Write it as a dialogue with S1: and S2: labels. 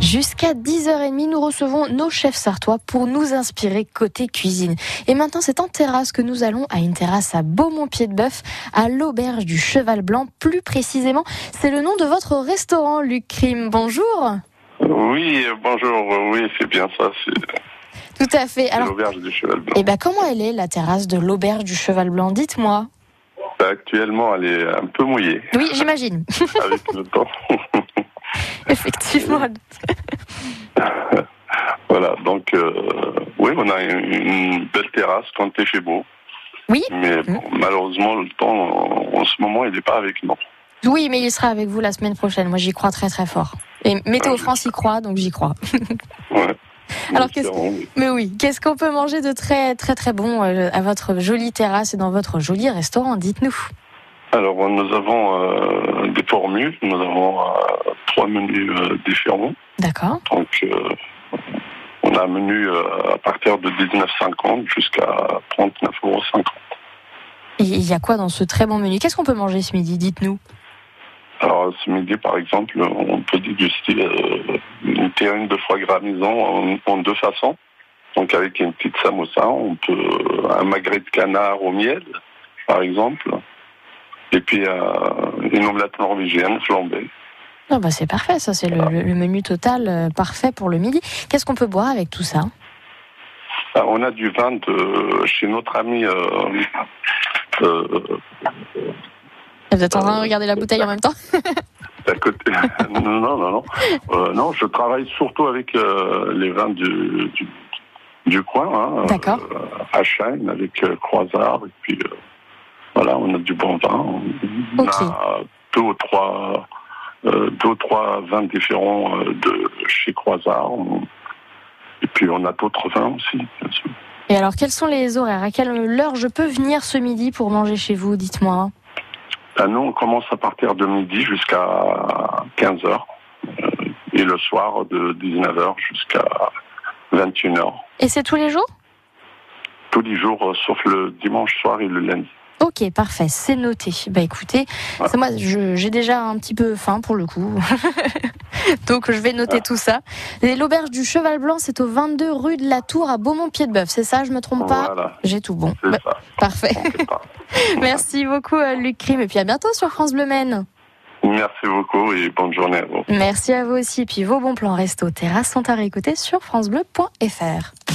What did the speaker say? S1: Jusqu'à 10h30, nous recevons nos chefs sartois pour nous inspirer côté cuisine. Et maintenant, c'est en terrasse que nous allons à une terrasse à Beaumont-Pied-de-Bœuf, à l'auberge du Cheval Blanc. Plus précisément, c'est le nom de votre restaurant, Luc Crime. Bonjour.
S2: Oui, euh, bonjour, euh, oui, c'est bien ça, c'est
S1: Tout à fait.
S2: c'est
S1: Alors,
S2: l'auberge du Cheval Blanc.
S1: eh ben, comment elle est la terrasse de l'auberge du Cheval Blanc Dites-moi.
S2: Bah, Actuellement, elle est un peu mouillée
S1: Oui, j'imagine.
S2: avec le temps.
S1: Effectivement.
S2: Voilà, donc, euh, oui, on a une, une belle terrasse quand il fait beau.
S1: Oui. Mm.
S2: Mais bon, malheureusement, le temps, en, en ce moment, il n'est pas avec nous.
S1: Oui, mais il sera avec vous la semaine prochaine. Moi, j'y crois très très fort. Et Météo France y croit, donc j'y crois.
S2: Ouais.
S1: Alors,
S2: Nous
S1: qu'est-ce-
S2: espérons, oui.
S1: Mais oui, qu'est-ce qu'on peut manger de très très très bon euh, à votre jolie terrasse et dans votre joli restaurant Dites-nous.
S2: Alors, euh, nous avons euh, des formules, nous avons euh, trois menus euh, différents.
S1: D'accord.
S2: Donc, euh, on a un menu euh, à partir de 19,50 jusqu'à 39,50 euros.
S1: Et Il y a quoi dans ce très bon menu Qu'est-ce qu'on peut manger ce midi Dites-nous.
S2: Alors ce midi, par exemple, on peut déguster euh, une terrine de foie gras maison en, en deux façons. Donc avec une petite samosa, on peut euh, un magret de canard au miel, par exemple, et puis euh, une omelette norvégienne flambée.
S1: Non, bah c'est parfait, ça c'est le, le- le menu total euh, parfait pour le midi. Qu'est-ce qu'on peut boire avec tout ça
S2: Alors, Ah, on a du vin de chez notre ami. euh, euh,
S1: Vous êtes en train de regarder la bouteille en même temps
S2: d'à côté. non, non, non, non. Euh, non, je travaille surtout avec euh, les vins du, du, du coin. Hein,
S1: D'accord.
S2: euh, à Chine, avec euh, Croisard. Et puis, euh, voilà, on a du bon vin. On
S1: Ok.
S2: a deux ou trois, euh, deux ou trois vins différents euh, de chez Croisard. On- Et puis, on a d'autres vins aussi, bien sûr.
S1: Et alors, quels sont les horaires À quelle heure je peux venir ce midi pour manger chez vous Dites-moi.
S2: Ah nous, on commence à partir de midi jusqu'à 15h. Et le soir, de 19h jusqu'à 21h.
S1: Et c'est tous les jours
S2: Tous les jours, euh, sauf le dimanche soir et le lundi.
S1: Ok, parfait, c'est noté. Bah écoutez,
S2: Ouais.
S1: ça, moi je- j'ai déjà un petit peu faim pour le coup. Donc je vais noter
S2: Ah.
S1: tout ça. Et L'auberge du Cheval Blanc, c'est au 22 rue de la Tour à Beaumont-Pied-de-Bœuf, c'est ça Je me trompe pas
S2: Voilà,
S1: J'ai tout bon.
S2: c'est
S1: Bah,
S2: ça.
S1: parfait.
S2: on fait pas.
S1: Merci beaucoup euh, Luc Crime et puis à bientôt sur France Bleu Maine.
S2: Merci beaucoup et bonne journée à vous.
S1: Merci à vous aussi. Puis vos bons plans resto terrasse sont à réécouter sur francebleu.fr.